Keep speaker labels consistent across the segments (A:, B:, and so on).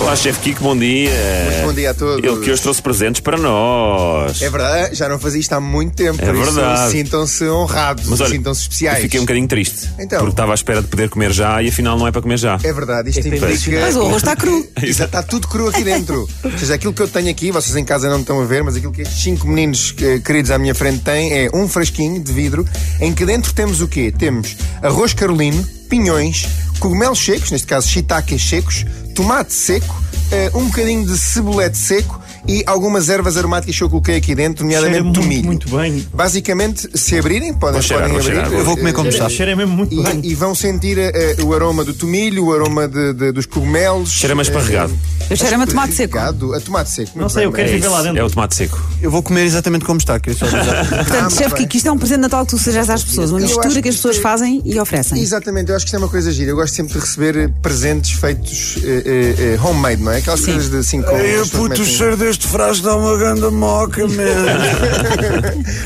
A: Olá, Chefe Kiko, bom dia.
B: Bom dia a todos.
A: Ele É. que hoje trouxe presentes para nós.
B: É verdade, já não fazia isto há muito tempo.
A: É
B: por isso
A: verdade.
B: Sintam-se honrados,
A: Mas olha,
B: sintam-se especiais.
A: Eu fiquei um bocadinho triste.
B: Então.
A: Porque estava à espera de poder comer já e afinal não é para comer já.
B: É verdade, isto
A: tem
B: implica.
C: Mas o arroz está cru.
B: Exato, está tudo cru aqui dentro. Ou seja, aquilo que eu tenho aqui, vocês em casa não estão a ver, mas aquilo que estes cinco meninos eh, queridos à minha frente têm é um frasquinho de vidro em que dentro temos o quê? Temos arroz carolino, pinhões, cogumelos secos, neste caso shiitakes secos, tomate seco, eh, um bocadinho de cebolete seco e algumas ervas aromáticas que eu coloquei aqui dentro, nomeadamente
D: muito,
B: tomilho.
D: muito bem.
B: Basicamente, se abrirem, podem,
A: Vou cheirar,
B: podem
A: vou
B: abrir.
A: cheirar agora. Eu
D: vou comer como está. Cheira mesmo muito
B: e,
D: bem.
B: E vão sentir eh, o aroma do tomilho, o aroma de- de- dos cogumelos. eh,
A: Cheira-me a esparregado.
C: Eu cheiro-me a tomate seco.
B: Esparregado, A tomate seco.
D: Não sei, eu quero
A: É,
D: viver lá
A: isso,
D: dentro.
A: é o tomate seco.
E: Eu vou comer exatamente como está, queria só avisar.
B: Ah,
C: Portanto, chefe
B: muito bem.
C: Kiko, isto é um presente de Natal que tu sugeres às pessoas. Uma
B: Eu
C: mistura
B: acho
C: que as
B: que
C: pessoas
B: isto é-
C: fazem e oferecem.
B: Exatamente, eu acho que isto é uma coisa gira. Eu gosto sempre de receber eh, presentes feitos eh, eh, eh, homemade, não é? Aquelas coisas de assim com.
F: Ei,
B: as pessoas
F: puto, o
B: metem-
F: cheiro deste frasco dá uma ganda moca, man.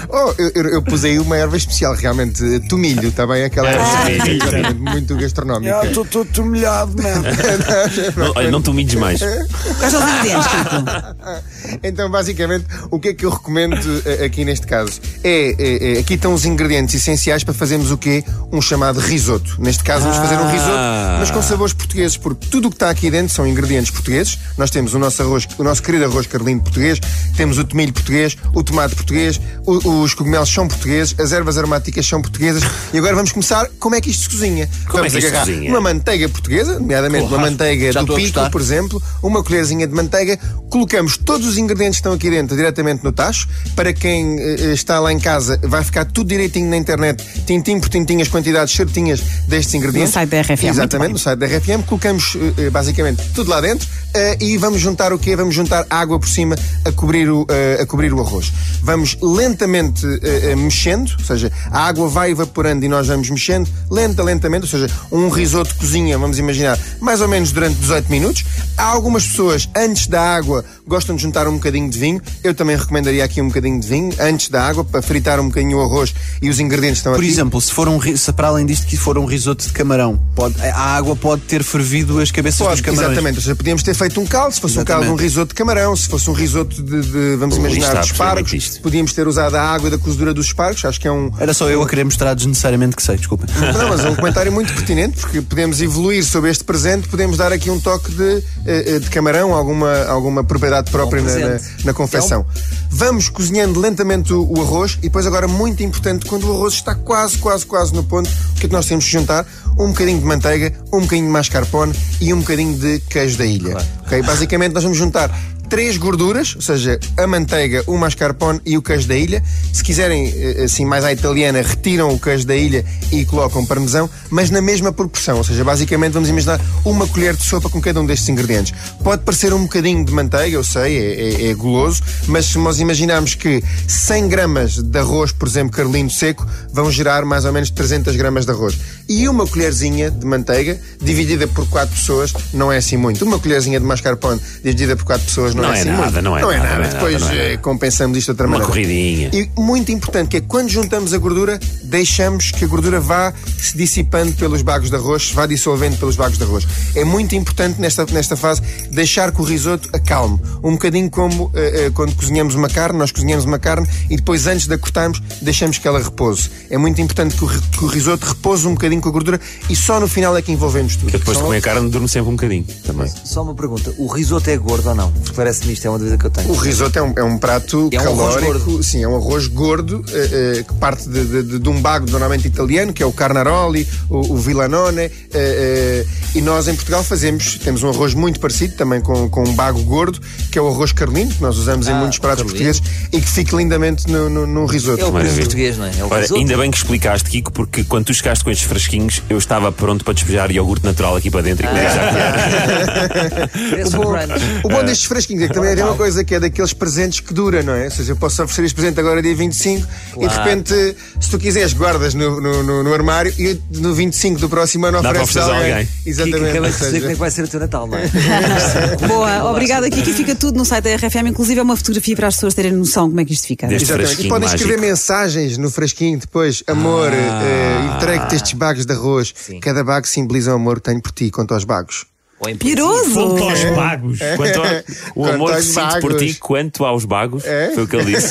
B: Oh, eu, eu, eu pus aí uma erva especial, realmente. eh, Tomilho, está bem? Aquela erva
A: É, tomilho.
B: exatamente, muito gastronómica.
F: Já estou todo tomilhado, man.
B: É
A: Não, olha, não te humilhes mais.
C: Quais são os ingredientes, Kiko?
B: Então, basicamente, o que é que eu recomendo eh, aqui neste caso? É, eh, eh, aqui estão os ingredientes essenciais para fazermos o quê? Um chamado risoto. Neste caso, vamos
A: Ah.
B: fazer um risoto, mas com sabores portugueses, porque tudo o que está aqui dentro são ingredientes portugueses. Nós temos o nosso arroz, o nosso querido arroz carlino português, temos o tomilho português, o tomate português, o- os cogumelos são portugueses, as ervas aromáticas são portuguesas. E agora vamos começar como é que isto se cozinha.
A: Como é
B: vamos
A: que isto se
B: agarrar
A: cozinha?
B: uma manteiga portuguesa, nomeadamente uma manteiga
E: Já
B: do
E: estou a
B: pico,
E: gostar.
B: por exemplo, uma colherzinha de manteiga, colocamos todos os ingredientes que estão aqui dentro diretamente no tacho. Para quem eh, está lá em casa, vai ficar tudo direitinho na internet, tintim por tintim, as quantidades certinhas destes ingredientes.
C: No site da RFM, muito
B: Exatamente, no site da RFM. Colocamos eh, eh, basicamente tudo lá dentro eh, e vamos juntar o quê? Vamos juntar água por cima a cobrir o, eh, a cobrir o arroz. Vamos lentamente eh, eh, mexendo, ou seja, a água vai evaporando e nós vamos mexendo, lenta, lentamente, ou seja, um risoto cozinha, vamos imaginar, mais ou menos durante 18 minutos. Há algumas pessoas, antes da água, gostam de juntar um bocadinho de vinho. Eu também recomendaria aqui um bocadinho de vinho, antes da água, para fritar um bocadinho o arroz e os ingredientes estão
E: Por
B: aqui.
E: exemplo, se, for um, ri- se para além disto que for um risoto de camarão, pode- a água pode ter fervido as cabeças dos
A: tipo
B: Pode,
E: camarões.
B: exatamente. Ou seja, podíamos ter feito um caldo, se fosse um
E: Exatamente.
B: caldo de um risoto de camarão, se fosse um risoto de, de, vamos
A: O Luís está
B: imaginar,
A: a perceber
B: de
A: muito
B: espargos,
A: isto.
B: podíamos ter usado a água da cozedura dos espargos, acho que é um.
E: Era só eu a querer mostrar desnecessariamente que sei, desculpa.
B: Não, mas é um comentário muito pertinente, porque podemos evoluir sobre este presente, podemos dar aqui um toque de, eh, eh, de camarão, alguma, alguma propriedade própria na, na,
C: presente.
B: na confecção. Vamos cozinhando lentamente o, o arroz e depois agora, muito importante, quando o arroz está quase, quase, quase no ponto, o que é que nós temos que juntar? Um bocadinho de manteiga, um bocadinho de mascarpone e um bocadinho de queijo da ilha. Ok? Basicamente nós vamos juntar três gorduras, ou seja, a manteiga, o mascarpone e o queijo da ilha. Se quiserem, eh, assim, mais à italiana, retiram o queijo da ilha e colocam parmesão, mas na mesma proporção, ou seja, basicamente vamos imaginar uma colher de sopa com cada um destes ingredientes. Pode parecer um bocadinho de manteiga, eu sei, é, é- é goloso, mas se nós imaginarmos que 100 gramas de arroz, por exemplo, carlino seco, vão gerar mais ou menos 300 gramas de arroz. E uma colherzinha de manteiga, dividida por 4 pessoas, não é assim muito. Uma colherzinha de mascarpone, dividida por 4 pessoas, não,
A: Não é
B: assim
A: nada,
B: muito.
A: não é nada, não é nada,
B: Depois
A: não é nada.
B: eh, compensamos isto de outra
A: Uma
B: maneira.
A: corridinha.
B: E muito importante que é quando juntamos a gordura, deixamos que a gordura vá se dissipando pelos bagos de arroz, se vá dissolvendo pelos bagos de arroz. É muito importante nesta, nesta fase deixar que o risoto acalme. Um bocadinho como eh, eh, quando cozinhamos uma carne, nós cozinhamos uma carne e depois antes de a cortarmos, deixamos que ela repose. É muito importante que o, ri- que o risoto repouse um bocadinho com a gordura e só no final é que envolvemos tudo.
A: Eu depois de comer carne durmo sempre um bocadinho também.
G: Só uma pergunta: o risoto é gordo ou não? Esclarece-me isto, é uma dúvida que eu tenho.
B: O risoto é um, é um prato
G: É um arroz
B: calórico.
G: gordo.
B: Sim, é um arroz gordo eh, eh, que parte de, de- de- de um bago normalmente italiano, que é o carnaroli, o, o villanone. eh, eh, e nós em Portugal fazemos, temos um arroz muito parecido também com, com um bago gordo, que é o arroz carlino, que nós usamos
G: Ah,
B: em muitos pratos portugueses e que fica lindamente no, no, num risoto.
G: É o
A: Maravilha.
G: português, não é? É o
A: Olha,
G: risoto.
A: ainda bem que explicaste, Kiko, porque quando tu chegaste com estes fresquinhos, eu estava pronto para despejar iogurte natural aqui para dentro e comer já.
G: Parece um brunch.
B: O bom destes fresquinhos fresquinhos. É que também é uma coisa que é daqueles presentes que dura, não é? Ou seja, eu posso oferecer este presente agora dia 25 e de repente, se tu quiseres, guardas no, no, no- no armário e no 25 do próximo ano
A: Dá para
B: ofereces
A: oferecer
B: a
A: a
B: alguém.
A: alguém.
G: Kiki,
B: Exatamente.
G: acabei
B: ou
G: de dizer como é
B: seja,
G: que vai ser o teu Natal, não é?
C: Boa, obrigada Kiki. Fica tudo no site da RFM, inclusive é uma fotografia para as pessoas terem noção como é que isto fica.
A: Deste
B: Exatamente. E
A: fresquinho
B: podem escrever
A: mágico. Ah.
B: mensagens no fresquinho depois. Amor, eh, entregue-te estes bagos de arroz. Cada bago simboliza o amor que tenho por ti quanto aos bagos.
G: Ou em princípio-
C: Piroso!
A: Quanto aos bagos. Quanto ao- o
B: É. Quanto
A: amor que
B: aos É.
A: sinto por
B: bagos.
A: ti quanto aos bagos. Foi o que ele disse.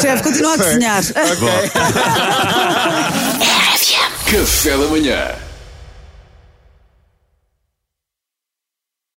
C: Chefe, continua a desenhar.
H: Café da manhã.